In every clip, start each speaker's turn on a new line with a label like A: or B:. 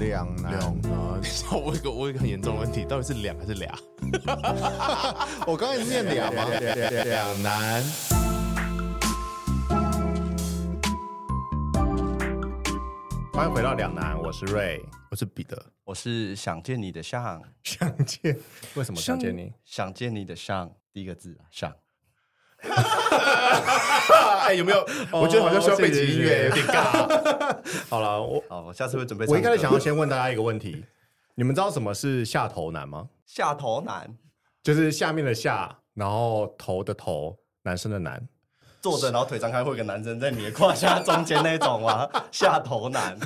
A: 两难。
B: 两难。等一下， 我有一个我有一个很严重的问题，到底是两还 是俩？
A: 我刚才念俩吗？
B: 两难。
C: 欢迎回到两难，我是瑞。
B: 我是彼得，
D: 我是想见你的像，
C: 想见？为什么想见你？
D: 想见你的像，第一个字啊，像。
B: 哎，有没有？
C: 哦
B: 我觉得好像需要背景音乐，有点尬。
C: 好了，我
D: 好，我下次会准备唱歌。
C: 我一开始想要先问大家一个问题：你们知道什么是下头男吗？
D: 下头男，
C: 就是下面的下，然后头的头，男生的男。
D: 坐着然后腿张开，会有个男生在你的胯下中间那种吗？下头男，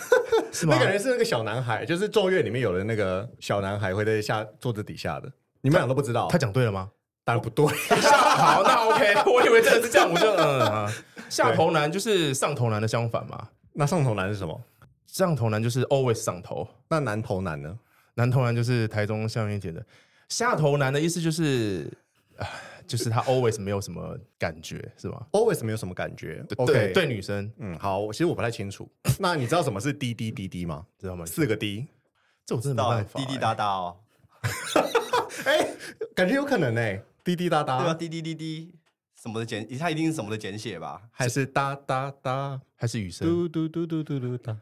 C: 是吗？那感觉是那个小男孩，就是《咒怨》里面有的那个小男孩会在下桌子底下的。你们俩都不知道，
B: 他讲对了吗？
C: 当然不对。
B: 好，那 OK，我以为真的是这样，我就嗯、啊下头男就是上头男的相反嘛，
C: 那上头男是什么？
B: 上头男就是 always 上头，
C: 那男头男呢？
B: 南头男就是台中下面一点的，下头男的意思就是， 唉就是他 always 没有什么感觉，是吗？
C: always 没有什么感觉。
B: 对
C: OK，
B: 对，对，女生
C: 嗯，好，我其实我不太清楚。那你知道什么是滴滴滴滴吗？
B: 知道吗？
C: 四个滴，
B: 这我真的没
D: 到
B: 办法、欸哎
D: 滴滴答答哦，
C: 感觉有可能哎，滴滴答
D: 对吧？啊
C: 答，
D: 滴滴滴滴什么的简，它一定是什么的简写吧？
C: 还是哒哒哒，
B: 还是雨声。
C: 嘟嘟嘟嘟嘟嘟哒。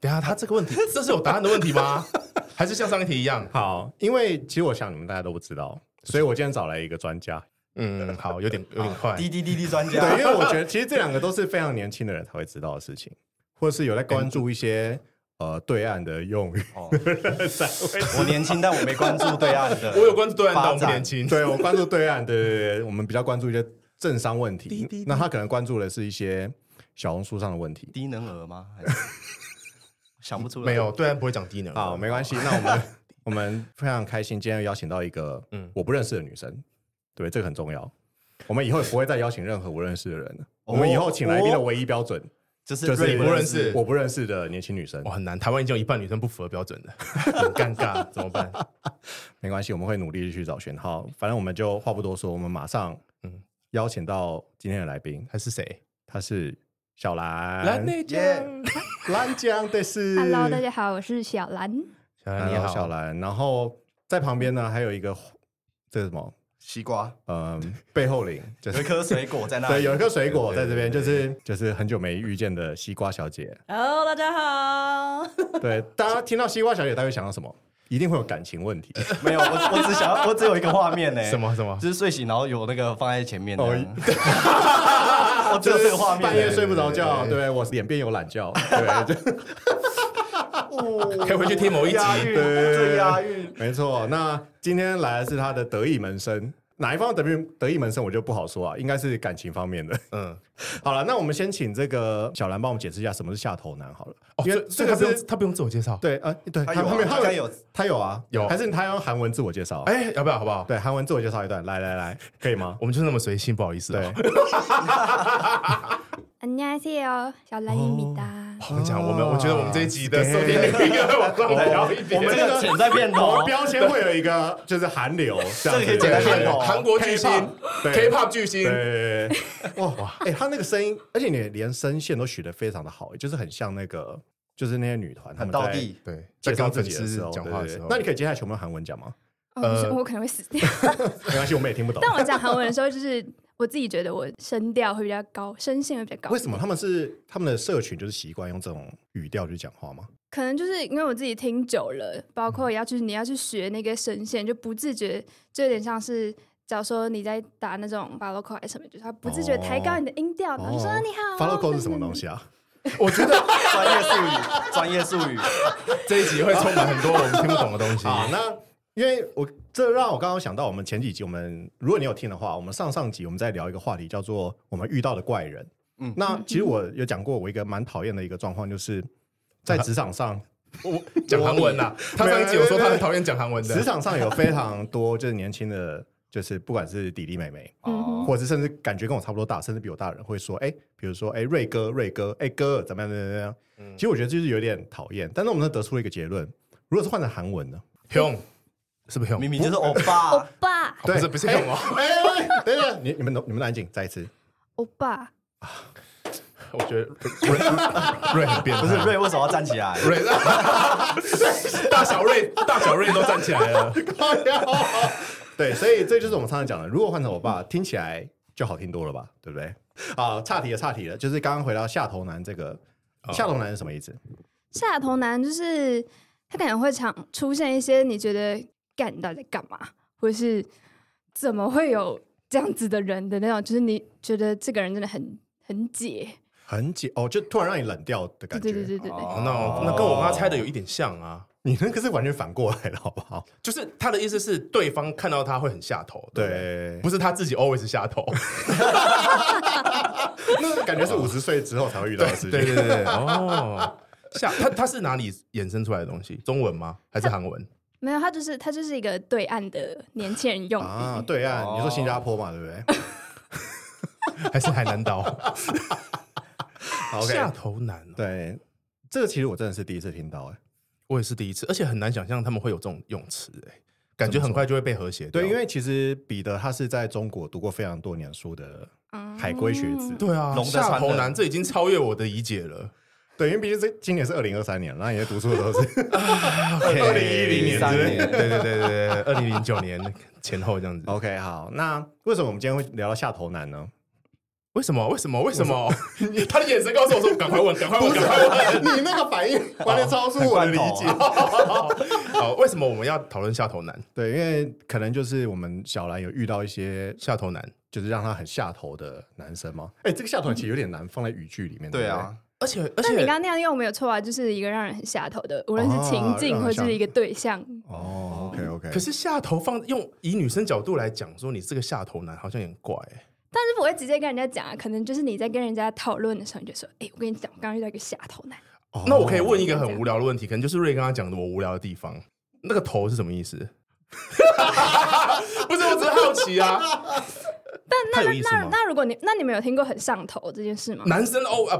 B: 等一下，他这个问题，这是有答案的问题吗？还是像上一题一样？
C: 好，因为其实我想你们大家都不知道，所以我今天找来一个专家。
B: 嗯，好， 有点有点快。
D: 滴滴滴滴专
C: 对，
D: 家，
C: 因为我觉得其实这两个都是非常年轻的人才会知道的事情，或者是有在关注一些呃对岸的用语。
D: 哦，我年轻，但我没关注对岸的，
B: 我有关注对岸，但我
D: 发
B: 不
D: 展
B: 年 轻。
C: 对我关注对岸，对对对对，我们比较关注一些政商问
B: 滴滴
C: 题
B: 滴。
C: 那他可能关注的是一些小红书上的问题。
D: 低能儿吗？还是想不出来，
B: 没有，对岸不会讲低能。
C: 好，没关系。那我们我们非常开心，今天邀请到一个
B: 嗯
C: 我不认识的女生，对，这个很重要。我们以后也不会再邀请任何我认识的人了。我们以后请来宾的唯一标准
D: 就是
C: 就是
D: 瑞
B: 不认识
C: 我不认识的年轻女生
B: 我。很难，台湾已经有一半女生不符合标 准了，很尴尬，怎么办？
C: 没关系，我们会努力地去找选号。反正我们就话不多说，我们马上
B: 嗯
C: 邀请到今天的来宾，
B: 还是谁？
C: 她是小兰。
B: 蓝内酱，
C: 兰江的是
E: Hello，大家好，我是小兰。
B: 小兰你
C: Hello，
B: 好，
C: 哎小兰。然后在旁边呢，还有一个这是什么？
D: 西瓜，
C: 嗯，背后领就
D: 有
C: 是
D: 一颗水果在那
C: 对，
D: 里，
C: 有一个水果在这边，就
B: 对
C: 是就是很久没遇见的西瓜小姐。
F: Hello，大家 好。
C: 对，大家听到西瓜小姐，大家会想到什么？一定会有感情问题。
D: 没有，我我只想要，我只有一个画面呢、
B: 什么什么？
D: 就是睡醒然后有那个放在前面的，
C: 哦
D: 我只有这个画面，
C: 半夜睡不着觉，对我脸变有懒觉，对，就哦
B: 可以回去听某一集。
D: 押
C: 对
D: 韵，
C: 对对
D: 最押韵。
C: 没错。那今天来的是她的得意门生，哪一方得意得意门生我就不好说啊，应该是感情方面的。
B: 嗯，
C: 好了，那我们先请这个小兰帮我们解释一下什么是下头男好了，
B: 哦，
C: 因
B: 这
C: 为这
B: 这个
C: 个
B: 不用
C: 是
B: 他不用自我介绍。
C: 对呃对，
D: 他有啊
C: 后面
D: 他
C: 他
D: 应该有
C: 他有啊
B: 有
C: 还是他用韩文自我介绍？哎，
B: 哎，要不要好不好？
C: 对，韩文自我介绍一段，来来来，可以吗？
B: 我们就是那么随性，不好意思。
C: 对
B: 哦，，
E: 안녕하세요，小兰입니다。
B: 我跟你讲，我们我觉得我们这一集的
C: 对
B: 收听率应该会往上调一点。
C: 我们
D: 这
C: 这
D: 个
C: 个
D: 潜在哦片
C: 我
D: 头
C: 们，标签会有一个就是韩流，这样子
D: 这个可以剪在片头
B: 韩国巨星
C: K-pop，对
B: ，K-pop 巨星，
C: 对，哇哇，哎、他那个声音，而且你连声线都取得非常的好，就是很像那个，就是那些女团，他
D: 很
C: 们
D: 到
C: 在
D: 地，
B: 对，
C: 介
B: 在
C: 绍
B: 跟
C: 自
B: 粉
C: 己的
B: 丝
C: 时候
B: 讲
C: 对
B: 话的
C: 对
B: 时
C: 对
B: 候，
C: 那你可以接下来全部用韩文讲吗？
E: 哦，不是
B: 呃
E: 我可能会死掉。
C: 没关系，我们也听不懂。
E: 但我讲韩文的时候，就是我自己觉得我声调会比较高，声线会比较高。
C: 为什么他们是他们的社群就是习惯用这种语调去讲话吗？
E: 可能就是因为我自己听久了，包括要去你要去学那个声线，就不自觉，就有点像是。假如说你在打那种巴洛克还是什么，就是他不自觉地抬高你的音调，然后就说、啊你好。
C: f o l l o w 哦是什么东？西啊？
B: 我觉得
D: 专业术语，专业术语，
B: 这一集会充满很多我们听不懂的东西。
C: 好，那因为我这让我刚刚想到，我们前几集我们如果你有听的话，我们上上集我们在聊一个话题叫做我们遇到的怪人。嗯
D: 嗯，
C: 那其实我有讲过，我一个蛮讨厌的一个状况就是在职场上，
B: 我讲韩文 呐，他上一集有说他很讨厌讲韩文
C: 职
B: 的，
C: 场上有非常多就是年轻的，就是不管是弟弟妹妹，
E: 嗯
D: 哦
E: 哼
C: 或者是甚至感觉跟我差不多大，甚至比我大的人会说，哎、比如说，哎、瑞哥，瑞哥，哎、哥，怎么样，怎么样怎么样？其实我觉得就是有点讨厌，但是我们得出了一个结论：如果是换成韩文呢？
B: 熊是不是
D: 明
B: 熊？
D: 明就是欧巴，啊
E: 爸，
B: 哦不是不是熊哦，
C: 哎哎、喂等一下，你你们都你们安静，再一次。
E: 欧巴，
B: 我觉得瑞瑞很变态，
D: 不是瑞为什么要站起来？
B: 瑞， 大小瑞大小瑞都站起来了。
C: 对，所以这就是我们常常讲的，如果换成我爸，听起来就好听多了吧，对不对？啊，岔题了，岔题了，就是刚刚回到下头男这个，下头男是什么意思？
E: 下头男就是他可能会常出现一些你觉得干你到底在干嘛，或是怎么会有这样子的人的那种，就是你觉得这个人真的很很解，
C: 很解哦，就突然让你冷掉的
E: 对
C: 感觉。
E: 对对对对对，
B: 哦，那我那跟我妈猜的有一点像啊，
C: 你那个是完全反过来了，好不好？
B: 就是她的意思是对方看到她会很下头，对不对，哦
C: 对，
B: 不是她自己 always 下头。
C: 那感觉是五十岁之后才会遇到的事情。
B: 对对对，对哦， 下她她是哪里衍生出来的东西？中文吗？还是韩文？
E: 没有他就是他就是一个对岸的年轻人用语，
C: 啊，对岸，你说新加坡嘛，对不对
B: 还是海南 岛？
C: 好
B: 下
C: ？OK，
B: 头男哦，
C: 对，这个其实我真的是第一次听到，哎，
B: 我也是第一次，而且很难想象他们会有这种用词，哎，感觉很快就会被和谐掉。
C: 对，因为其实彼得他是在中国读过非常多年书的
E: 嗯
C: 海归学子，
B: 对啊，
D: 龙的传
B: 下
D: 人
B: 头男这已经超越我的理解了。
C: 对，因为毕竟这今年是二零二三年，那你在读书的时候 是
B: 二
C: 2010年哦
D: 之类
B: 对对对对对，二零零九年前后这样子。
C: OK 好。那为什么我们今天会聊到下头男呢？
B: 为什么？为什么？为什么？ 他的眼神告诉我说：“赶快问，赶快问，赶快问。”
C: 你那个反应完全超出我的理解。
D: 很罐头啊
B: 好，为什么我们要讨论下头男？
C: 对，因为可能就是我们小兰有遇到一些
B: 下头男，
C: 就是让他很下头的男生吗？哎，这个下头其实有点难放在语句里面。
D: 对
C: 不
D: 啊，
B: 而且而
E: 但你
B: 且
E: 刚刚那样用没有错啊，就是一个让人很下头的，无论
C: 哦
E: 是情境
C: 让人
E: 或
C: 下
E: 是一个对象，
C: 对，哦，OK OK，
B: 可是下头放用以女生角度来讲，说你这个下头男好像有点怪、欸。
E: 但是不会直接跟人家讲啊，可能就是你在跟人家讨论的时候，你就说：“哎、我跟你讲，我刚刚遇到一个下头男。
B: 那我可
E: 哦
B: 以问一个很无聊的问题，可能就是瑞刚刚讲的我无聊的地方，那个头是什么意思？ 不是，我只是好奇 啊。但那有意思
E: 那
B: 吗？
E: 那如果你那你们有听过很上头这件事吗？
B: 男生哦啊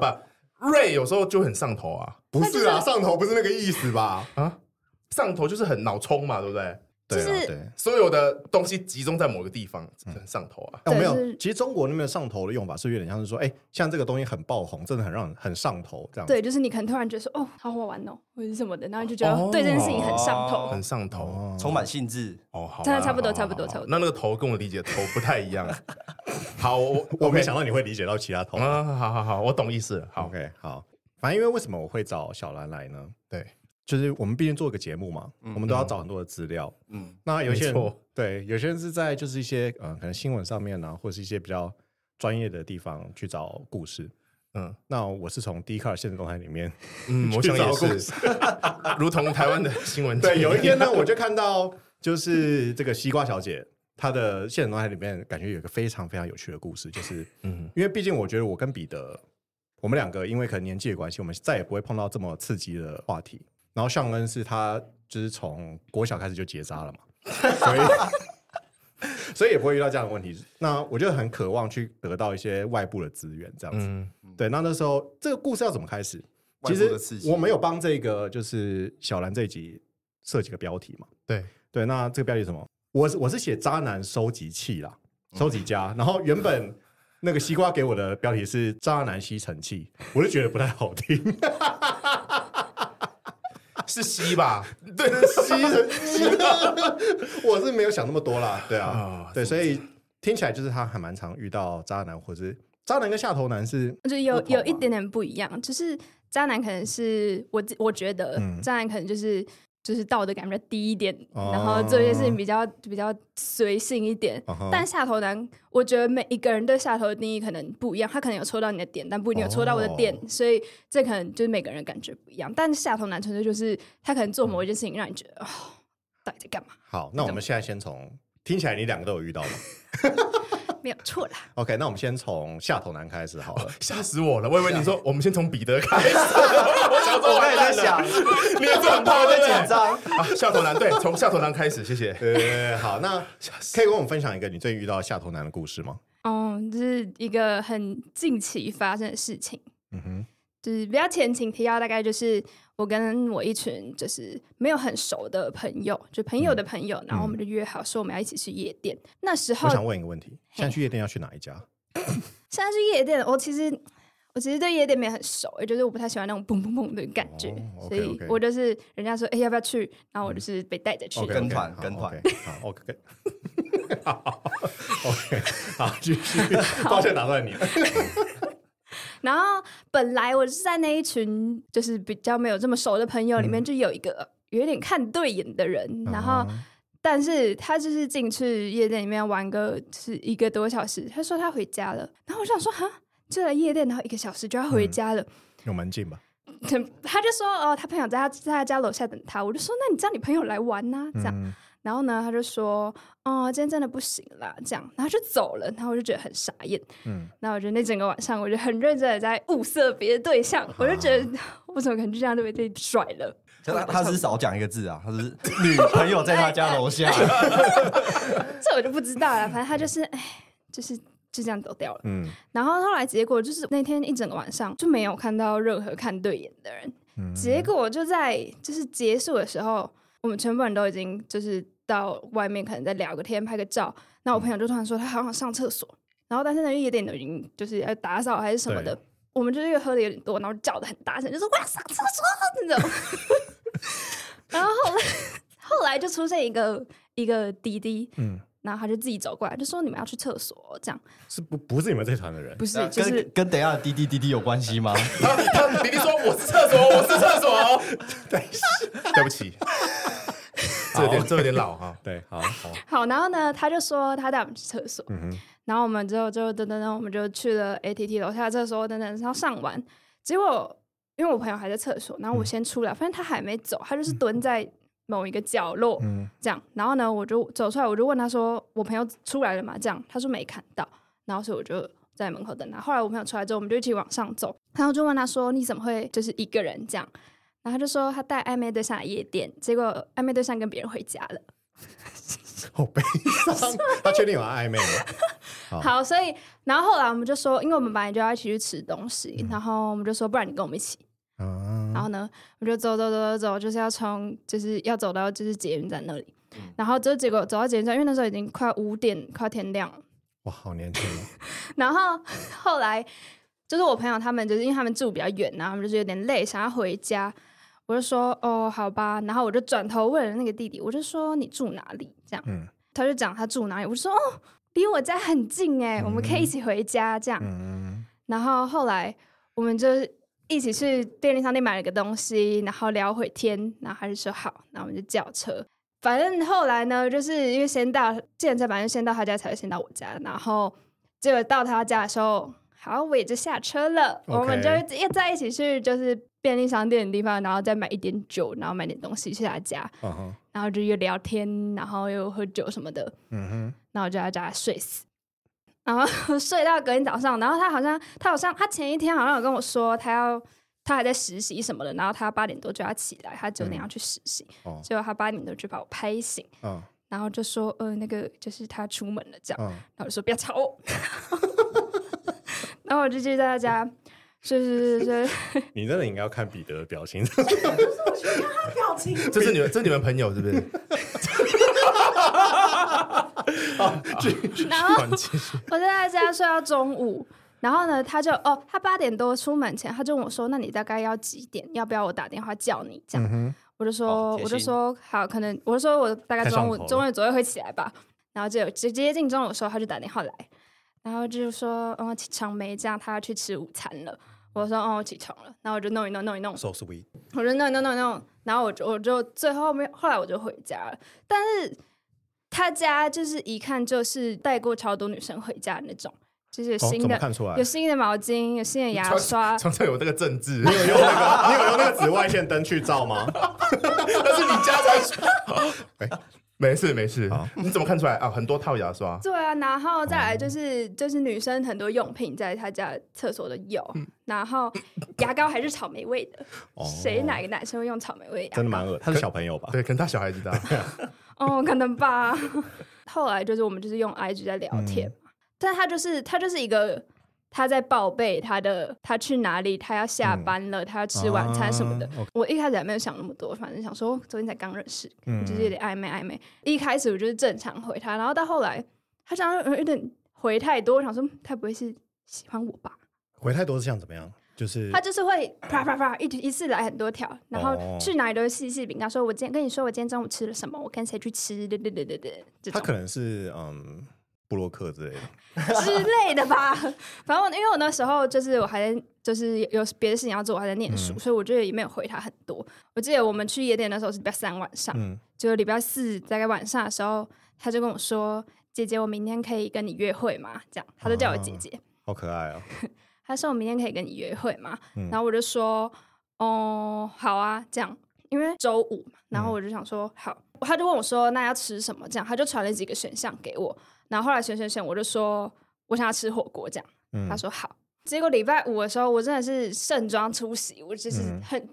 B: 不，瑞有时候就很上头啊，
C: 不是啊，上头不是那个意思吧？
B: 上头就是很脑冲嘛，对不对？
E: 就
C: 对啊，
E: 是
C: 对。
B: 所有的东西集中在某个地方，很上头啊。
C: 哦，
E: 对
C: 没有
E: 是，
C: 其实中国那边的上头的用法是有点像是说，哎、像这个东西很爆红，真的很让人很上头这样子。
E: 对，就是你可能突然觉得说：“哦，好好玩哦，或者是什么的”，然后你就觉
B: 哦
E: 得对这件事情很上头。
B: 很上头
C: 哦，
D: 充满兴致。
B: 哦，好啊，
E: 差差不多
B: 好啊
E: 差不多
B: 好啊
E: 差不多
B: 那那个头跟我理解的头不太一样。 好，我
C: 我没
B: OK
C: 想到你会理解到其他头。
B: 啊，好好好，我懂意思了。好，
C: OK，好，反正因为为什么我会找小兰来呢？
B: 对，嗯
C: 就是我们毕竟做个节目嘛，我们都要找很多的资料。
D: 嗯，
C: 那有些
B: 没
C: 人
B: 错
C: 对，有些人是在就是一些嗯、呃可能新闻上面呢、或是一些比较专业的地方去找故事。
B: 嗯
C: 那我是从 d 卡 c a r 现实动态里面，
B: 嗯，我
C: 去
B: 想
C: 找
B: 也
C: 故
B: 是， 如同台湾的新 闻
C: 对，
B: 界
C: 有一天呢，我就看到就是这个西瓜小姐。她的现实动态里面，感觉有一个非常非常有趣的故事，就是，嗯
B: 嗯，
C: 因为毕竟我觉得我跟彼得，我们两个因为可能年纪的关系，我们再也不会碰到这么刺激的话题。然后尚恩是他就是从国小开始就结扎 了嘛，所以所以也不 会遇到这样的问题。那我就很渴望去得到一些外部的资源，这样子。
B: 嗯，
C: 对，那那时候这个故事要怎么开始？
D: 外
C: 其
D: 部的刺
C: 实
D: 激
C: 我没有帮这个就是小兰这一集设几个标题嘛。
B: 对，
C: 对，那这个标题是什么？我是我是写渣男收集器啦，
B: 嗯
C: 收集家。然后原本那个西瓜给我的标题是渣男吸尘 器，我就觉得不太好听。
B: 是西吧？对，
C: 吸尘器，我是没有想那么多啦。对啊
B: 啊，
C: 对，所以听起来就是他还蛮常遇到渣男，或是渣男跟下头男是
E: 就有
C: 不同
E: 有一
C: 嘛
E: 点点不一样，就是渣男可能是我自我觉得、
C: 嗯
E: 渣男可能就是就是道德感比较低一点，
C: 哦
E: 然后做一些事情比较比较随性一点。
C: 啊哈
E: 但下头男，我觉得每一个人对下头的定义可能不一样，他可能有戳到你的点，但不一定有戳到我的点，
C: 哦
E: 所以这可能就是每个人感觉不一样。但下头男纯粹就是他可能做
C: 嗯
E: 某一件事情让你觉得哦，到底在干嘛？
C: 好。那我们现在先从听起来你两个都有遇到 嘛
E: 没有错 啦，
C: OK，那我们先从下头男开始好了。
B: 吓死我了！我以为你说我们先从彼得开始，我想说
D: 我
B: 完
D: 也
B: 蛋
D: 在
B: 了
D: 想，
B: 你也是很怕
D: 他
B: 对不
D: 会
B: 对
D: 紧张。
B: 啊，下头男 对，从 下头男开始，谢谢。
C: 对对对对，好， 那可以跟我们分享一个你最近遇到下头男的故事吗？
E: 哦，这是一个很近期发生的事情。
C: 嗯哼，
E: 就是比较前情提要，大概就是我跟我一群就是没有很熟的朋友，就朋
C: 嗯
E: 友的朋友，然后我们就约好说我们要一起去夜店。那时候
C: 我想问一个问题，现在去夜店要去哪一家？
E: 现在去夜店，我其实我其实对夜店没有很熟，也就是我不太喜欢那种砰砰砰的感觉，
C: 哦
E: 所以
C: OK，OK
E: 我就是人家说哎、要不要去，然后我就是被带着去。
C: OK，OK，
D: 跟团
C: 好
D: 跟团
C: OK，好 OK，好 OK，好，继续， 抱歉打断你了。
E: 然后本来我是在那一群就是比较没有这么熟的朋友里面，就有一个有点看对眼的人，
C: 啊
E: 然后
C: 嗯
E: 但是他就是进去夜店里面玩个是一个多小时，他说他回家了，然后我想说哈，就来夜店，然后一个小时就要回家了，
C: 有门禁吧？
E: 他就说哦，他朋友在他在他家楼下等他，我就说那你叫你朋友来玩呐、这样。
C: 嗯，
E: 然后呢，他就说：“哦，今天真的不行啦，这样。”然后就走了，然后我就觉得很傻眼。
C: 嗯
E: 嗯，那我觉得那整个晚上，我就很认真的在物色别的对象，我就觉得 我怎么可能就这样就被被甩了？
D: 他他是少讲一个字啊，他是 女朋友在他家楼下，
E: 这我就不知道了。反正他就是，哎，就是就这样走掉了。
C: 嗯，
E: 然后后来结果就是那天一整个晚上就没有看到任何看对眼的人。
C: 嗯
E: 结果就在就是结束的时候，我们全部人都已经就是到外面，可能在聊个天、拍个照。那我朋友就突然说他好想上厕所，然后但是那夜店都已经就是要打扫还是什么的
C: 对，
E: 我们就是又喝的有点多，然后叫的很大声，就说我要上厕所那种。 然后后来后来就出现一个一个滴滴，
C: 嗯
E: 嗯，然后他就自己走过来，就说你们要去厕所哦这样，
C: 是不不是你们这团的人？
E: 不是 就是
D: 啊跟跟等一下的滴滴滴滴有关系吗？
B: 他他弟弟说我是厕所，我是厕所，哦 对不起，这有点这有点老哈。
C: 对，好好，
E: 好，然后呢，他就说他带我们去厕所，
C: 嗯哼，
E: 然后我们之后就等等等，我们就去了 ATT 楼下的厕所等等，然后上完，结果因为我朋友还在厕所，然后我先出来，发现他还没走，他就是蹲在某一个角落、
C: 嗯
E: 这样，然后呢，我就走出来，我就问他说我朋友出来了吗？这样，他说没看到，然后所以我就。在门口等他。后来我朋友出来之后，我们就一起往上走。然后就问他说：“你怎么会就是一个人这样？”然后他就说他带暧昧对象来夜店，结果暧昧对象跟别人回家了。
C: 好悲 伤。嗯他确定有暧昧吗？好
E: 好，所以然后后来我们就说，因为我们本来就要一起去吃东西，
C: 嗯
E: 然后我们就说，不然你跟我们一起。然
C: 啊，
E: 后呢，我们就走走走走走，就是要从就是要走到就是捷运站那里。
C: 嗯
E: 然后就结果走到捷运站，因为那时候已经快五点，快天亮了。
C: 哇，好年轻哦。
E: 然后后来就是我朋友他们，就是因为他们住比较远，然啊后他们就是有点累，想要回家。我就说哦，好吧。然后我就转头问了那个弟弟，我就说你住哪里？这样，
C: 嗯
E: 他就讲他住哪里。我就说哦，离我家很近哎、我们可以一起回家这样。
C: 嗯，
E: 然后后来我们就是一起去便利商店买了个东西，然后聊会天，然后他就说好，那我们就叫车。反正后来呢，就是因为先到计程车，反正先到他家才会先到我家，然后结果到他家的时候，好，我也就下车了
C: OK
E: 我们就又在一起去就是便利商店的地方，然后再买一点酒，然后买点东西去他家，
C: 嗯哼，
E: 然后就又聊天，然后又喝酒什么的，
C: 嗯哼，
E: 然后我就在家睡死，然后 睡到隔天早上，然后他好像他好像他前一天好像有跟我说他要他还在实习什么的，然后他八点多就要起来，他九点要去实习，
C: 哦
E: 结果他八点多就把我拍醒，
C: 嗯
E: 然后就说呃那个就是他出门了这样，
C: 嗯，
E: 然后我就说不要吵我， 然后我就继续在他家睡睡睡睡睡，
C: 你真的应该要看彼得的表 情。
F: 表情
B: 这是你们这是你们朋友是不是？
E: 然后
B: 关键是
E: 我在他家睡到中午，然后呢，他就哦，他八点多出门前，他就问我说：“那你大概要几点？要不要我打电话叫你？”这
C: 嗯
E: 样，我就说，
D: 哦贴
E: 我就
D: 心
E: 说好，可能我就说我大概
C: 太
E: 中
C: 上
E: 午
C: 头了
E: 中午左右会起来吧。然后就直接近中午的时候，他就打电话来，然后就说：“嗯，起床没？这样他要去吃午餐了。”我说：“哦，我起床了。”然后我就弄一弄，弄一弄，
D: So sweet，
E: 我就弄弄弄弄，然后我就我就最后面后来我就回家了，但是他家就是一看就是带过超多女生回家的那种，就是有
C: 哦，
E: 新
C: 怎
E: 的、
C: 么看出来
E: 有？新的毛巾，有新的牙刷，
B: 常常有这个政治，
C: 你有用那个，你有用那个紫外线灯去照吗？
B: 但是你家才说。哎， 没事没事
C: 好，
B: 你怎么看出来啊？很多套牙刷，
E: 对啊，然后再来就是、就是女生很多用品在他家厕所都有，然后牙膏还是草莓味的，
C: 哦
E: 谁哪个男生会用草莓味牙膏？
C: 真的蛮恶，他是小朋友吧？
B: 对，可能他小孩子啊大。
E: 哦，可能吧。 后来就是我们就是用 IG 在聊天
C: 嗯
E: 嘛，但他就是他就是一个他在报备他的他去哪里，他要下班了，他要吃晚餐什么的。
C: 嗯啊
E: 我一开始还没有想那么多，反正想说哦昨天才刚认识，
C: 嗯
E: 就是有点暧昧暧昧。一开始我就是正常回他，然嗯后到后来他好像有点回太多，我想说他不会是喜欢我吧？
C: 回太多是像怎么样？就是
E: 他就是会啪啪啪一一次来很多条，然后
C: 哦
E: 去哪里都是细细饼干，说我今天跟你说我今天中午吃了什么，我跟谁去吃，对对对对对，这
C: 他
E: 种
C: 可能是嗯布洛克之类的，
E: 之类的吧。 反正我因为我那时候就是我还在就是有别的事情要做，我还在念书，
C: 嗯
E: 所以我就也没有回他很多。我记得我们去夜店的时候是礼拜三晚上，
C: 嗯
E: 就礼拜四大概晚上的时候，他就跟我说：“姐姐，我明天可以跟你约会吗？”这样，他就叫我姐姐。
C: 好可爱哦。
E: 他说我明天可以跟你约会嘛，
C: 嗯
E: 然后我就说，哦，好啊，这样，因为周五嘛，然
C: 嗯
E: 后我就想说，好，他就问我说，那要吃什么？这样，他就传了几个选项给我，然后后来选选选，我就说我想要吃火锅，这样，
C: 嗯
E: 他说好。结果礼拜五的时候，我真的是盛装出席，我就是
C: 嗯
E: 很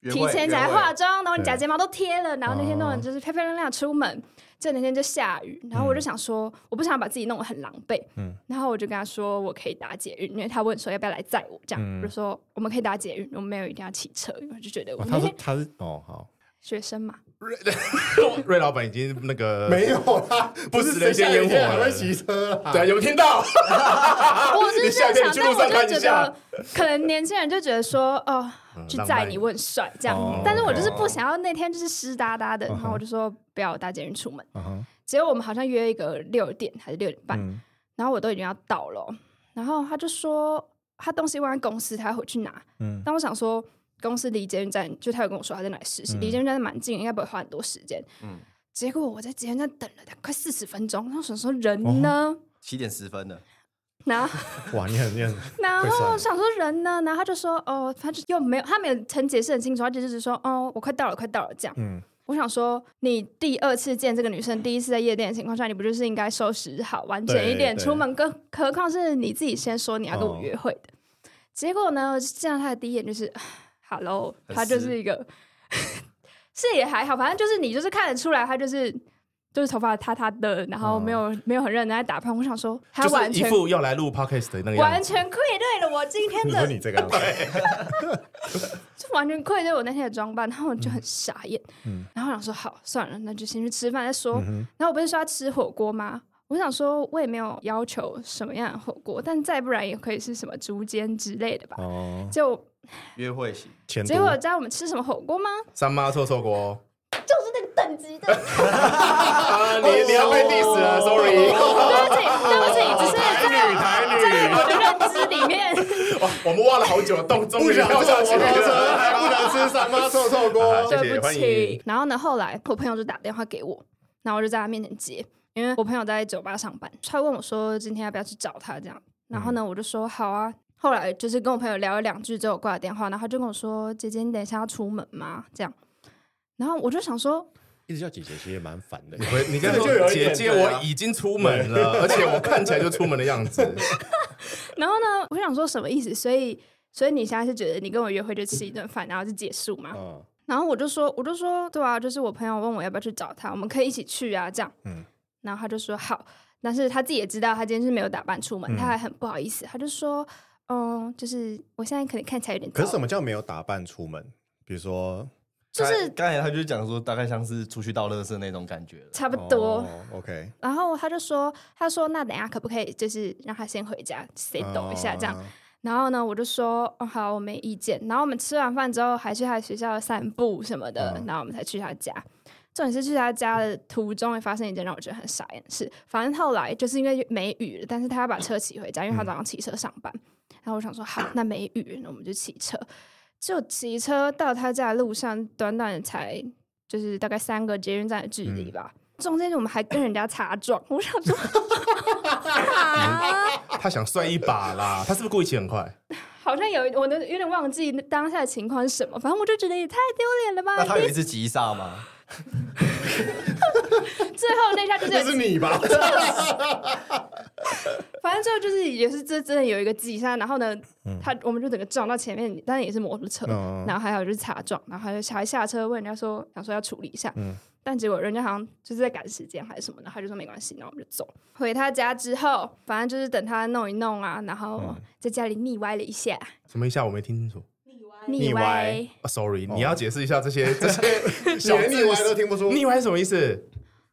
D: 约
E: 提
D: 会
E: 前起来
D: 约会
E: 化妆，然后你假
C: 对
E: 睫毛都贴了，然后那天弄
C: 哦
E: 得就是漂漂亮亮出门。这两天就下雨，然后我就想说，我不想把自己弄得很狼狈，
C: 嗯
E: 然后我就跟他说我可以打捷运，因为他问说要不要来载我，这样、
C: 嗯
E: 我就说我们可以打捷运，我们没有一定要骑车，因为我就觉得我
C: 哇
E: 们
C: 他是他是哦好，
E: 学生嘛，
B: 瑞老板已经那个
C: 没有啦，
B: 不
C: 是
B: 食人间
C: 谁下雨
B: 烟火
C: 天还
B: 了
C: 会骑车啦。
B: 对，有听到？
E: 我是
B: 啊你
E: 这样
B: 下次
E: 想，
B: 去
E: 但
B: 路上
E: 我
B: 看一
E: 就觉得
B: 下
E: 可能年轻人就觉得说哦，去
B: 浪
E: 载
B: 漫
E: 你我很帅这样，
C: 嗯哦
E: 但是我就是不想要那天就是湿哒哒的，然后我就说不要我搭捷运出门，
C: 嗯哼
E: 结果我们好像约一个六点还是六点半，
C: 嗯
E: 然后我都已经要到了哦，然后他就说他东西忘在公司，他要回去拿。
C: 嗯
E: 但我想说，公司离捷运站，就他有跟我说他在哪里实习，
C: 嗯
E: 离捷运站蛮近，应该不会花很多时间。
D: 嗯
E: 结果我在捷运站等了大概快四十分钟，然后想说
C: 哦
E: 人呢，
D: 七点十分的，
E: 然后
C: 哇，你很念
E: 然
C: 会算
E: 后想说人呢，然后他就说哦，他就又没有，他没有曾解释很清楚，他就只是说哦，我快到了，快到了这样。
C: 嗯
E: 我想说，你第二次见这个女生，第一次在夜店的情况下，你不就是应该收拾好、完整一点
C: 对对
E: 出门？更何况是你自己先说你要跟我约会的。结果呢，我就见到她的第一眼就是 唉，Hello，
D: 很
E: 她就
D: 湿
E: 是一个， 是也还好，反正就是你就是看得出来，她就是就是头发塌塌的，然后没有、没有很认真在打扮。我想说，她
B: 就是
E: 完
B: 一
E: 全
B: 副要来录 podcast 的那个
E: 完
B: 样子。
E: 全愧对了我今天
C: 你
E: 的
C: 说你这个样子，
E: 就完全愧对我那天的装扮，然后我就很傻眼，
C: 嗯
E: 然后我想说好算了，那就先去吃饭再说。
C: 嗯哼
E: 然后我不是说要吃火锅吗？我想说我也没有要求什么样的火锅，但再不然也可以是什么竹间之类的吧。
C: 哦，
E: 就
D: 约会型，
C: 前
E: 结果
C: 多
E: 知道我们吃什么火锅吗？
B: 三妈臭臭锅
E: 就是那个等级的，
B: 啊， 你你要被 diss 了，sorry。
E: 对不起，对不起，只 是在
B: 台
E: 在我的认知里面，
B: 哇，我们挖了好久，动终于跳下去了。
A: 还不能吃三妈臭臭锅
B: 啊谢谢
E: 对不
B: 欢迎
E: 起。然后呢，后来我朋友就打电话给我，然后我就在他面前接，因
B: 嗯
E: 为我朋友在酒吧上班，他问我说今天要不要去找他这样，然
B: 嗯
E: 后呢，我就说好啊。后来就是跟我朋友聊了两句之后，我挂了电话，然后他就跟我说：“姐姐，你等一下要出门吗？”这样，然后我就想说，
C: 一直叫姐姐，其实也蛮烦的。
B: 回你刚才
D: 这就有
B: 说
D: 一
B: 姐
D: 点
B: 姐，
D: 对啊
B: 我已经出门了，而且我看起来就出门的样子。
E: 然后呢，我想说什么意思？所以，所以你现在是觉得你跟我约会就吃一顿饭，然后就结束吗？
C: 嗯，
E: 然后我就说，我就说，对啊，就是我朋友问我要不要去找他，我们可以一起去啊，这样。
C: 嗯
E: 然后他就说好，但是他自己也知道他今天是没有打扮出门，
C: 嗯
E: 他还很不好意思，他就说，嗯，就是我现在可能看起来有点糟，
C: 可是什么叫没有打扮出门？比如说，
E: 就是
D: 刚才刚才他就讲说，大概像是出去倒垃圾那种感觉了。
E: 差不多。
C: 哦，OK，
E: 然后他就说，他说那等一下可不可以就是让他先回家 say 抖一下这样。
C: 嗯
E: 然后呢，我就说、哦、好，我没意见。然后我们吃完饭之后，还去他的学校散步什么的，
C: 嗯
E: 然后我们才去他家。重点是去他家的途中，也发生一件让我觉得很傻眼的事。反正后来就是因为没雨了，但是他要把车骑回家，因为他早上骑车上班。然后我想说，好，那没雨，那我们就骑车。就骑车到他家的路上，短短的才就是大概三个捷运站的距离吧。中间我们还跟人家擦撞，我想说， 啊
B: 他想帅一把啦，他是不是故意骑很快？
E: 好像有一我的有点忘记当下的情况是什么，反正我就觉得也太丢脸了
D: 那
E: 吧。
D: 他有一次急刹吗？
E: 最后那下就是有，
C: 你吧？
E: 反正最后就是也是这真的有一个急刹，然后呢，他我们就整个撞到前面，但是也是摩托车，
C: 嗯
E: 然后还有就是擦撞，然后还还下车问人家说想说要处理一下，但结果人家好像就是在赶时间还是什么，然后他就说没关系，然后我们就走回他家之后，反正就是等他弄一弄啊，然后在家里腻歪了一下，
B: 什么一下我没听清楚。
E: 腻
C: 腻
E: 歪
C: 歪。
B: 啊 Sorry，你要解释一下这些 这些小
C: 连
B: 字
C: 腻歪都听不出。
B: 腻歪是什么意思？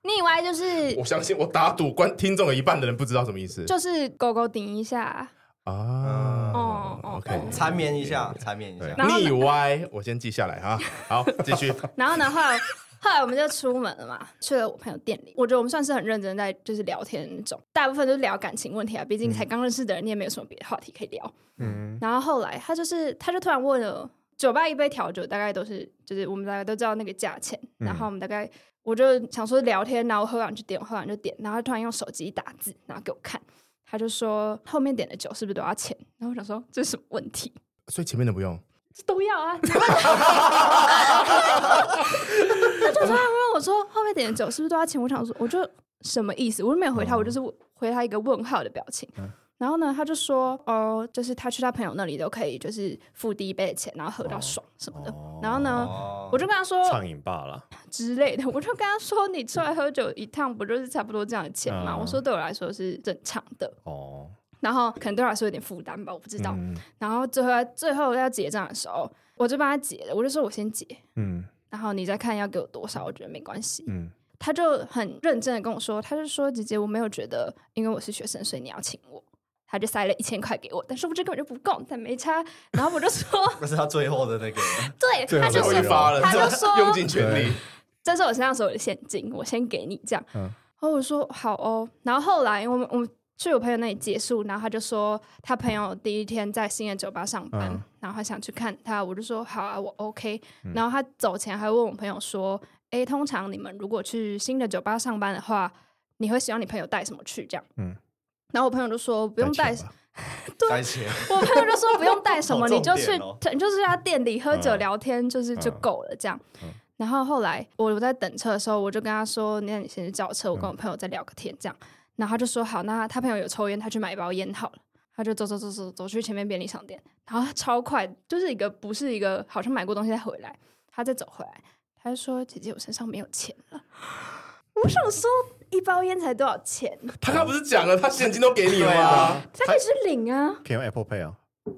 E: 腻歪就是
B: 我相信我打赌观听众有一半的人不知道什么意思
E: 就是狗狗顶一下
B: 啊。
E: 哦。
B: OK，
D: 缠绵一下，缠绵一下
C: 对。
E: 然后
B: 腻歪，我先记下来哈。好，继续。
E: 然后呢，后来后来我们就出门了嘛，去了我朋友店里。我觉得我们算是很认真在就是聊天那种，大部分都是聊感情问题啊，毕竟才刚认识的人，你也没有什么别的话题可以聊。
C: 嗯，
E: 然后后来他就是他就突然问了，酒吧一杯调酒大概都是就是我们大概都知道那个价钱，然后我们大概我就想说聊天，然后喝完就点，喝完就点，然后他突然用手机打字，然后给我看。他就说后面点的酒是不是都要钱？然后我想说这是什么问题？
B: 所以前面的不用，
E: 这都要啊！他就突然问我说：“后面点的酒是不是都要钱？”我想说，我就什么意思？我就没有回他，我就是回他一个问号的表情。然后呢，他就说：“哦，就是他去他朋友那里都可以，就是付第一杯的钱，然后喝到爽什么的。然后呢，
D: 哦
E: 我就跟他说
C: 畅饮罢了，
E: 之类的，我就跟他说：“你出来喝酒一趟不就是差不多这样的钱吗？”
C: 嗯
E: 我说：“对我来说是正常的。
C: 哦，”
E: 然后可能对我来说有点负担吧，我不知道。
C: 嗯
E: 然后最后最后要结账的时候，我就帮他结了，我就说我先结，
C: 嗯
E: 然后你再看要给我多少，我觉得没关系。
C: 嗯，
E: 他就很认真的跟我说，他就说姐姐，我没有觉得，因为我是学生，所以你要请我。他就塞了一千块给我，但是我这根本就不够，但没差。然后我就说，
D: 那是他最后的那个，
E: 对，
C: 最
E: 他
C: 后
E: 就
C: 最
E: 是
C: 后一
B: 发了
E: 他就说，
B: 用尽全力。
E: 这是我身上所有的现金，我先给你这样。
C: 嗯
E: 然后我说好哦，然后后来我们我们去我朋友那里结束，然后他就说他朋友第一天在新的酒吧上班，
C: 嗯
E: 然后他想去看他，我就说好啊，我 OK。然后他走前还问我朋友说，诶，通常你们如果去新的酒吧上班的话，你会希望你朋友带什么去这样？
C: 嗯
E: 然后我朋友就说不用带
C: 钱吧
D: 该 钱
E: 我朋友就说不用带什么，
D: 好
E: 你就
D: 重
E: 去
D: 点哦，
E: 你就去他店里喝酒
C: 嗯
E: 聊天，就是就
C: 嗯
E: 够了这样
C: 嗯。
E: 然后后来我我在等车的时候，我就跟他说：“那你先去叫车，我跟我朋友再聊个天。”这样，然后他就说：“好，那他朋友有抽烟，他去买一包烟好了。”他就走走走走走去前面便利商店，然后他超快，就是一个不是一个好像买过东西再回来，他再走回来，他就说：“姐姐，我身上没有钱了。”我想说，一包烟才多少钱？
B: 他刚不是讲了，他现金都给
D: 啊
B: 你了吗？
E: 他可以去领啊。
C: 可以用 Apple Pay 啊，
B: 哦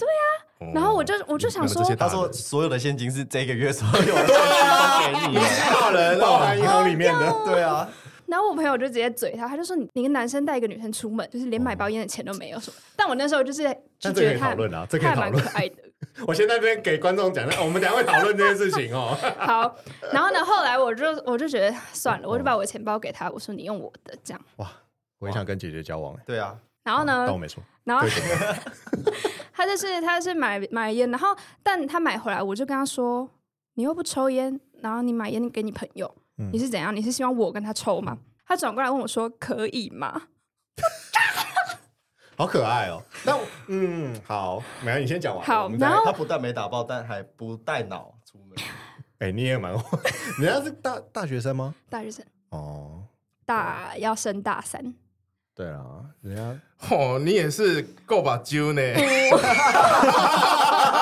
E: 然后我就我就想
B: 你们
E: 说
B: 这些，
D: 他
B: 大
D: 说
B: 人
D: 所有的现金是这个月所有的现金都给你。
B: 大人
C: 包
B: 哦，
C: 含银行里面的，
D: 对啊，
E: 然后我朋友就直接嘴他，他就说你你个男生带一个女生出门，就是连买包烟的钱都没有什么。但我那时候就是就
C: 但这个可
E: 觉得
C: 以
E: 他
C: 讨论啊，这
E: 他
C: 个可以
E: 还
C: 讨
E: 蛮可
C: 论。
E: 爱的。
C: 我先在那边给观众讲，那我们等一下会讨论这件事情哦。
E: 好，然后呢，后来我就我就觉得算
C: 哦
E: 了，我就把我的钱包给他，我说你用我的这样。
C: 我也想跟姐姐交往欸，
D: 对啊，
E: 然后呢
C: 但我，没说。
E: 然后 他就是他是买买烟，然后但他买回来，我就跟他说你又不抽烟，然后你买烟给你朋友，
C: 嗯
E: 你是怎样？你是希望我跟他抽吗？他转过来问我说可以吗？
C: 好可爱哦。那嗯，好，没有，你先讲完。
E: 好
C: 我们再
E: 然后
D: 他不但没打爆，但还不带脑出门。
C: 哎，你也蛮， 你那是大大学生吗？
E: 大学生
C: 哦，
E: 大要升大三。
C: 对啊，人家
B: 哦，你也是够把揪呢。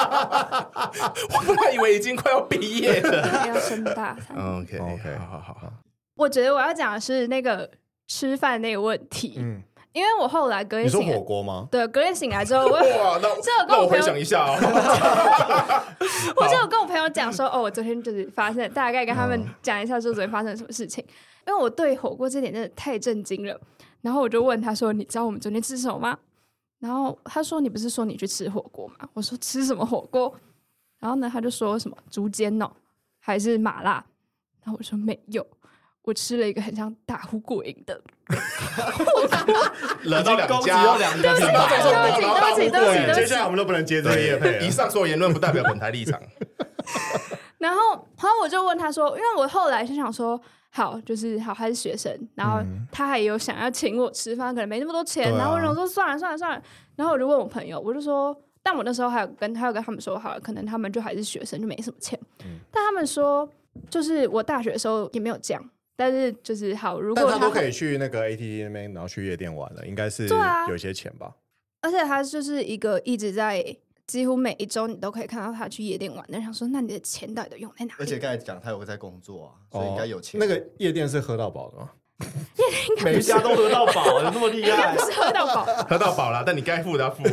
B: 我本来以为已经快要毕业了。
E: 对要升大三。
B: OK
C: OK
B: 好好好，
E: 我觉得我要讲的是那个吃饭那个问题，
C: 嗯，
E: 因为我后来隔
C: 你
E: 天
C: 说
E: 醒
C: 火
E: 来，
C: 锅吗？
E: 对，隔天醒来 之后，我
B: 哇，那
E: 这有跟
B: 那
E: 我
B: 我
E: 朋
B: 回
E: 友
B: 想一下哦，
E: 我就有跟我朋友讲说，哦，我昨天就是发生，大概跟他们
C: 嗯
E: 讲一下说昨天发生了什么事情，因为我对火锅这点真的太震惊了。然后我就问他说，你知道我们昨天吃什么吗？然后他说，你不是说你去吃火锅吗？我说吃什么火锅？然后呢，他就说什么竹煎哦，还是麻辣？然后我说没有，我吃了一个很像打呼过瘾的。
B: 惹到两
D: 攻击
B: 家
D: 到。两家，
E: 对不起对不起对不起对不起
C: 接下来我们都不能接这个业配啊
B: 以
C: 了。
B: 上所有言论不代表本台立场。
E: 然后，然后我就问他说，因为我后来是想说，好，就是好，他是学生，然后他还有想要请我吃饭，可能没那么多钱，
C: 嗯对啊
E: 然后我想说算了算了算了，然后我就问我朋友，我就说，但我那时候还有跟还有跟他们说，好了，可能他们就还是学生，就没什么钱，
C: 嗯
E: 但他们说，就是我大学的时候也没有这样，但是就是好，如
C: 但
E: 果
C: 他都
E: 会
C: 可以去那个 ATT 那边，然后去夜店玩了，应该是
E: 对啊
C: 有些钱吧？
E: 而且他就是一个一直在。几乎每一周你都可以看到他去夜店玩，那想说，那你的钱到底都用在哪里？
D: 而 且刚才讲他有在工作啊，所以应该有钱。
C: 哦那个夜店是喝到饱的吗？
D: 每一家都喝到饱，有那么厉害
E: 不？ 是喝到饱，
B: 喝到饱啦，但你该付的要付。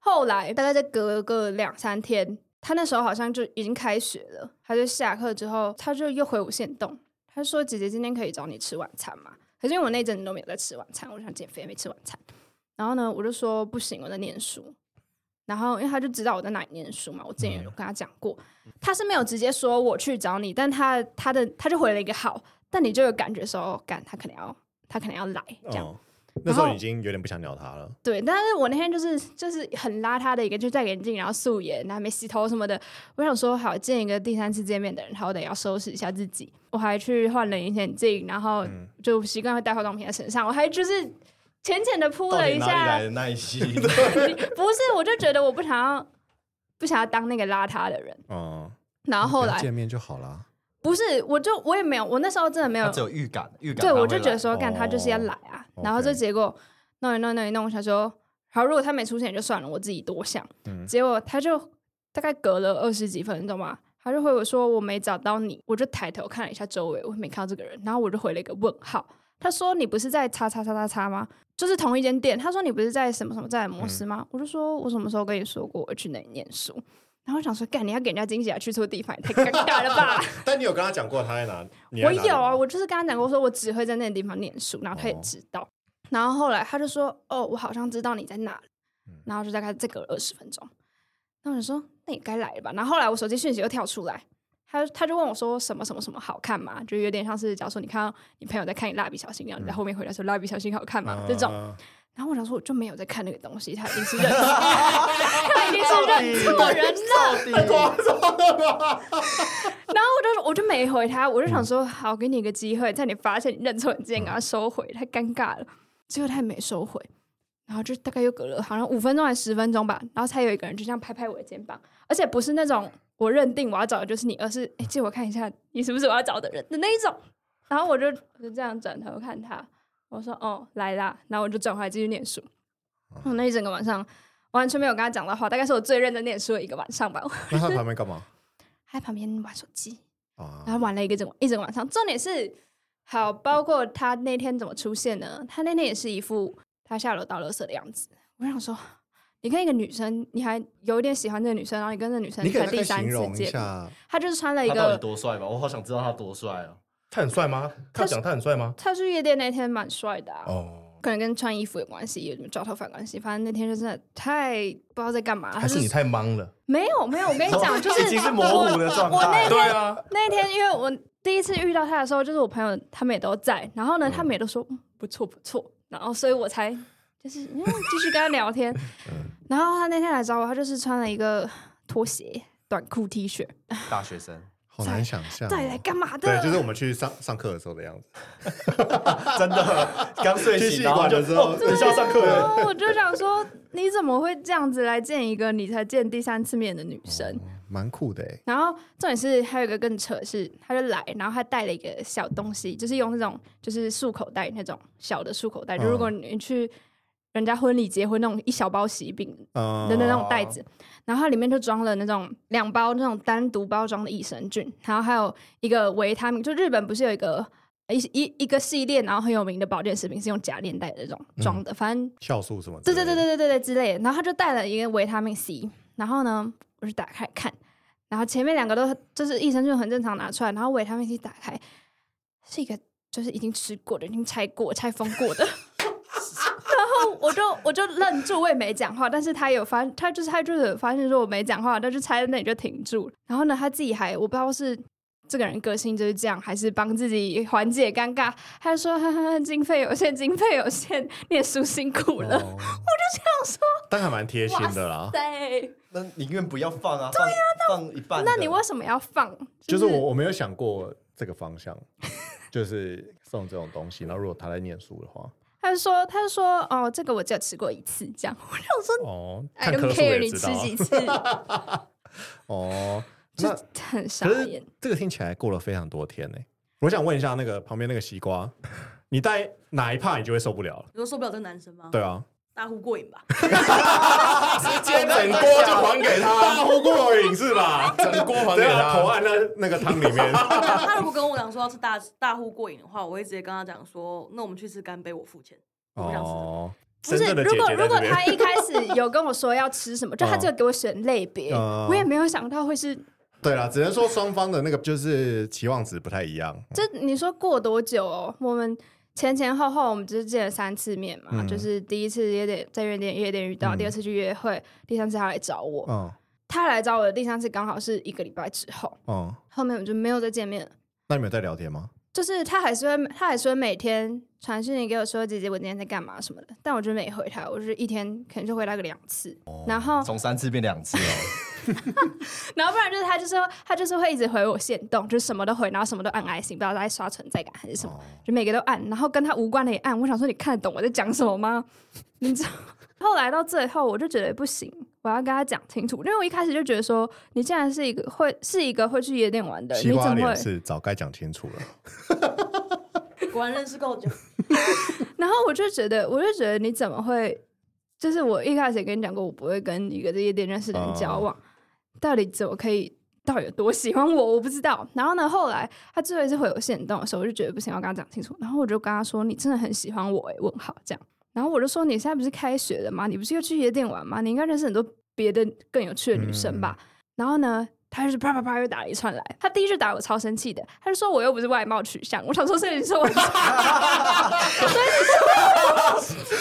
E: 后来大概再隔个两三天，他那时候好像就已经开学了，他就下课之后，他就又回我线动，他说：“姐姐今天可以找你吃晚餐吗？”可是因为我那阵子都没有在吃晚餐，我就想减肥没吃晚餐。然后呢，我就说不行，我在念书。然后因为他就知道我在哪里念书嘛，我之前有跟他讲过，他是没有直接说我去找你，但他他的他就回了一个好，但你就有感觉说，哦干他可能要他可能要来这样。
C: 哦，那时候
E: 然后
C: 已经有点不想鸟他了。
E: 对，但是我那天就是就是很邋遢的一个，就戴个眼镜，然后素颜，然后没洗头什么的。我想说，好见一个第三次见面的人，好歹要收拾一下自己。我还去换了隐形眼镜，然后
D: 嗯
E: 就习惯会带化妆品在身上。我还就是浅浅的铺
D: 到
E: 了
D: 底
E: 一
D: 哪里
E: 下
D: 来，的耐心？
E: 不是，我就觉得我不想要不想要当那个邋遢的人。
C: 嗯，
E: 然后后
C: 那不要
E: 来
C: 见面就好 啦。
E: 不是，我就我也没有，我那时候真的没有
D: 他，只有预感，预感
E: 对
D: 他
E: 我
D: 会
E: 就觉得
D: 来
E: 说，干他就是要
C: 哦
E: 来啊。然后
C: OK
E: 就结果弄一弄弄一弄，我想说，好，如果他没出现也就算了，我自己多想。
C: 嗯
E: 结果他就大概隔了二十几分钟吧，他就回我说我没找到你，我就抬头看了一下周围，我没看到这个人，然后我就回了一个问号。他说你不是在叉叉叉叉叉吗？就是同一间店。他说你不是在什么什么在摩斯吗？我就说我什么时候跟你说过我去那里念书？然后我想说，干你要给人家惊喜啊，去错地方也太尴尬了吧？
C: 但你有跟他讲过他在哪？你在
E: 我
C: 哪里
E: 有啊，
C: 吗
E: 我就是跟他讲过，说我只会在那个地方念书，然后他也
C: 哦
E: 知道。然后后来他就说：“哦，我好像知道你在哪里。”
C: 嗯
E: 然后就大概再隔了二十分钟。那我就说：“那也该来了吧？”然后后来我手机讯息又跳出来，他他就问我说：“什么什么什么好看吗？”就有点像是假如说你看到你朋友在看你蜡笔小新一样，你
C: 嗯
E: 在后面回答说“蜡笔小新好看吗”这种。
C: 啊
E: 然后我想说，我就没有在看那个东西，他一定是 认错，他一定是认错人了。
A: 太夸张了吧！
E: 然后我就我就没回他，我就想说，好，给你一个机会，在你发现你认错，你之前给他收回，太尴尬了。结果他也没收回，然后就大概又隔了好像五分钟还是十分钟吧，然后才有一个人就这样拍拍我的肩膀，而且不是那种我认定我要找的就是你，而是哎借我看一下你是不是我要找的人的那一种。然后我就我就这样转头看他，我说哦来啦，然后我就转回来继续念书。我那一整个晚上完全没有跟他讲到话，大概是我最认真念书的一个晚上吧。 我
C: 那他在旁边干嘛
E: 还在旁边玩手机，
C: 啊
E: 然？后玩了一个整一整晚上。重点是，好，包括他那天怎么出现呢？他那天也是一副他下楼倒垃圾的样子。我想说，你跟一个女生，你还有一点喜欢这个女生，然后你跟这个女生
C: 你给
E: 才
C: 大
E: 第
C: 概
E: 三
C: 形
E: 次
C: 容一
E: 见面，
C: 下，
E: 他就是穿了一
D: 他到底
E: 个，
D: 多帅吧？我好想知道他多帅哦。
B: 他很帅吗？他有讲他很帅吗？
E: 他去夜店那天蛮帅的、啊，
B: 哦，
E: 可能跟穿衣服有关系，有什么抓头发关系，反正那天就真的太不知道在干嘛。
B: 还是你太忙了？
E: 没有没有，我跟你哎 讲，就是
D: 已经是模糊的状
E: 我那
D: 态。
B: 对啊，
E: 那天因为我第一次遇到他的时候，就是我朋友他们也都在，然后呢，他们也都说、嗯、不错不错，然后所以我才就是 嗯继续跟他聊天。
C: 嗯
E: 然后他那天来找我，他就是穿了一个拖鞋、短裤、T 恤，
D: 大学生
C: 好难想象哦。
E: 到底来干嘛的？
C: 对，就是我们去上上课的时候的样子。
D: 真的刚睡
C: 去
D: 醒，
C: 戏
D: 然后
C: 馆
D: 就
C: 的时候
D: 哦
E: 啊
D: 等一下上课了。
E: 然后我就想说， 你怎么会这样子来见一个你才见第三次面的女生？
C: 蛮酷的哎，
E: 然后重点是还有一个更扯的是，他就来，然后他带了一个小东西，就是用那种就是束口袋那种小的束口袋，就如果你去人家婚礼结婚那种一小包喜饼
C: 嗯
E: 的那种袋子，然后它里面就装了那种两包那种单独包装的益生菌，然后还有一个维他命，就日本不是有一个。呃一一一个系列，然后很有名的保健食品是用假链袋的这种装的，反正
C: 酵素什么之类
E: 对对
C: 的？
E: 对对对对对之类的。然后他就带了一个维他命 C，然后呢，我就打开看，然后前面两个都就是益生菌很正常拿出来，然后维他命 C 打开是一个就是已经吃过的、已经拆过、拆封过的。 然后我就我就愣住，我也没讲话，但是他有发，他就是他就是有发现说我没讲话，他就拆在那里就停住了。然后呢，他自己还我不知道是这个人个性就是这样，还是帮自己缓解尴尬，他就说哈哈哈，经费有限，经费有限，念书辛苦了。
C: 我就这样说，但还蛮贴心的啦。
E: 对，
D: 那宁愿不要放啊，放放一半的。
E: 那你为什么要放？
C: 就是我我没有想过这个方向，就是送这种东西。然后如果他在念书的话，
E: 他就说，他就说，哦，这个我只有吃过一次，这样。 我想说
C: 哦，
E: ，I
C: 看科
E: don't
C: 数
E: care
C: 也
E: 你
C: 知
E: 吃
C: 道啊
E: 几次，
C: 哦。
E: 就
C: 那
E: 很傻
C: 可
E: 眼
C: 是。这个听起来过了非常多天呢。我想问一下那个旁边那个西瓜，你带哪一帕你就会受不了了？
F: 你说受不了这个男生吗？
C: 对啊，
F: 大呼过瘾吧。
B: 接整锅就还给他，
C: 大呼过瘾是 吧？
B: 整锅还给
C: 对啊，头
B: 他。
C: 按在那个汤里面。
F: 他如果跟我讲说要吃大大呼过瘾的话，我会直接跟他讲说，那我们去吃干杯，我付钱。我不想吃这个。
C: 哦，
E: 不
C: 真
E: 是，
C: 正的姐
E: 如果
C: 姐在
E: 如果
C: 这边。啊
E: 他一开始有跟我说要吃什 么，就他只有给我选类别，
C: 哦
E: 我也没有想到会是，
C: 对啦，只能说双方的那个就是期望值不太一样。
E: 就你说过多久哦？我们前前后后我们就是见了三次面嘛，
C: 嗯
E: 就是第一次夜店在夜店夜店遇到，
C: 嗯
E: 第二次去约会，第三次他来找我，
C: 嗯
E: 他来找我的第三次刚好是一个礼拜之后，
C: 嗯，
E: 后面我们就没有再见面了。
C: 那你们有在聊天吗？
E: 就是他还是会，他还是会每天传讯息给我说：“姐姐，我今天在干嘛什么的。”但我就没回他，我就是一天可能就回他个两次，
C: 哦
E: 然后，
D: 从三次变两次哦。
E: 然后不然就是他就是他就是会一直回我限动，就是什么都回，然后什么都按爱心，不知道在刷存在感还是什
C: 哦
E: 么，就每个都按，然后跟他无关的也按。我想说，你看得懂我在讲什么吗？ 你知道？后来到最后，我就觉得不行，我要跟他讲清楚，因为我一开始就觉得说，你既然是一个会是一个会去夜店玩的人，
C: 西
E: 你
C: 瓜
E: 怎么
C: 脸
E: 会？
C: 是早该讲清楚了。
F: 果然认识够久，
E: 然后我就觉得，我就觉得你怎么会？就是我一开始也跟你讲过，我不会跟一个在夜店认识的人交往，到底怎么可以？到底有多喜欢我？我不知道。然后呢，后来他最后一次回我线动的时候，我就觉得不行，我要跟他讲清楚。然后我就跟他说：“你真的很喜欢我、欸？”问号这样。然后我就说：“你现在不是开学了吗？你不是又去夜店玩吗？你应该认识很多别的更有趣的女生吧？”然后呢，他就是啪啪啪又打了一串来。他第一句打我超生气的，他就说：“我又不是外貌取向。”我想 说，所以你说我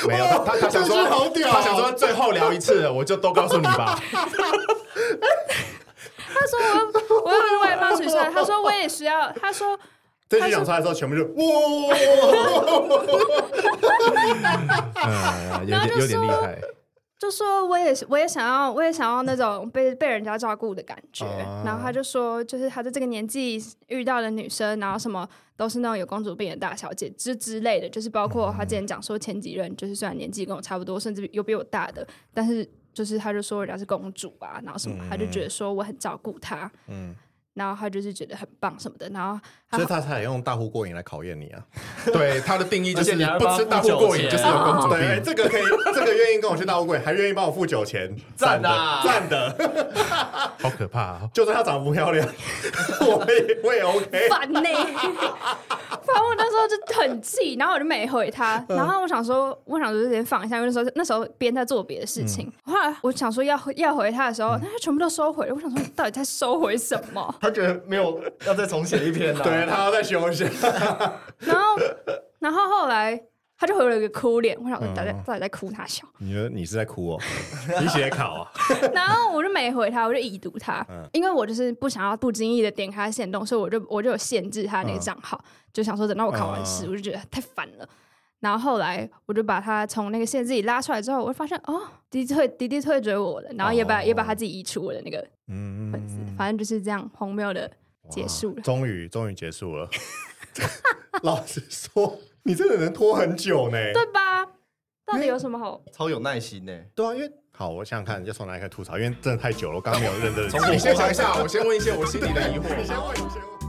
B: 没有，他他想
A: 这
B: 说
A: 句好屌
B: 他想说最后聊一次了，我就都告诉你吧。
E: 他说我又我又不是外貌取向，他说我也需要，他说
A: 这句讲出来的时候，全部就 哇！
B: 嗯，有
E: 然后
B: 点
E: 就
B: 有点厉
E: 说
B: 害。
E: 就说我也是我也想要我也想要那种被被人家照顾的感觉，然后他就说就是他在这个年纪遇到的女生，然后什么都是那种有公主病的大小姐之之类的，就是包括他之前讲说前几任就是虽然年纪跟我差不多，甚至有比我大的，但是就是他就说人家是公主啊，然后什么他就觉得说我很照顾她，
C: 嗯，
E: 然后他就是觉得很棒什么的，然后他
C: 所以他才用大呼过瘾来考验你啊。
B: 对他的定义就
D: 而且
B: 是
D: 你还
B: 不
D: 帮
B: 吃
D: 他
B: 大
D: 付
B: 户过瘾啊
D: 酒
B: 就是
D: 钱
B: 有公主
C: 对，
B: 病。
C: 这个可 以，这个愿意跟我去大呼过瘾，还愿意帮我付酒钱，
D: 赞
C: 的
D: 啊？
C: 赞的。
B: 好可怕啊！
C: 就算她长得不漂亮， 我也我也 OK。
E: 烦呢、反正我那时候就很气，然后我就没回他。然后我想说，我想说就先放一下，因为那时候那时候边在做别的事情。后来我想说要要回他的时候，他全部都收回了。我想说，你到底在收回什么
D: 他觉得没有要再重写一篇啊了。
C: 对，她要再修一下。
E: 然后，然后后来他就回了一个哭脸。我想说，到底到底在哭他笑？
C: 你觉得你是在哭哦？ 你写考啊？
E: 然后我就没回他，我就已读他，
C: 嗯
E: 因为我就是不想要不经意的点开限动，所以我就我就有限制他那个账号，就想说等到我考完试，
C: 嗯
E: 我就觉得太烦了。然后后来我就把他从那个限制里拉出来之后，我就发现哦，迪迪退迪迪退追我了，然后也把、
C: 哦
E: 也把他自己移除我的那个
C: 嗯
E: 粉丝，反正就是这样荒谬的结束了。
C: 啊终于终于结束了。 老实说，你真的能拖很久呢。
E: 对吧？到底有什么好？
D: 超有耐心呢。
C: 对啊，因为好，我想想看要从哪里开始吐槽，因为真的太久了，我刚刚没有认真地
D: 从
C: 记
D: 我
B: 你先想一下，我先问一些我心里的疑惑。
C: 你先问，你先问。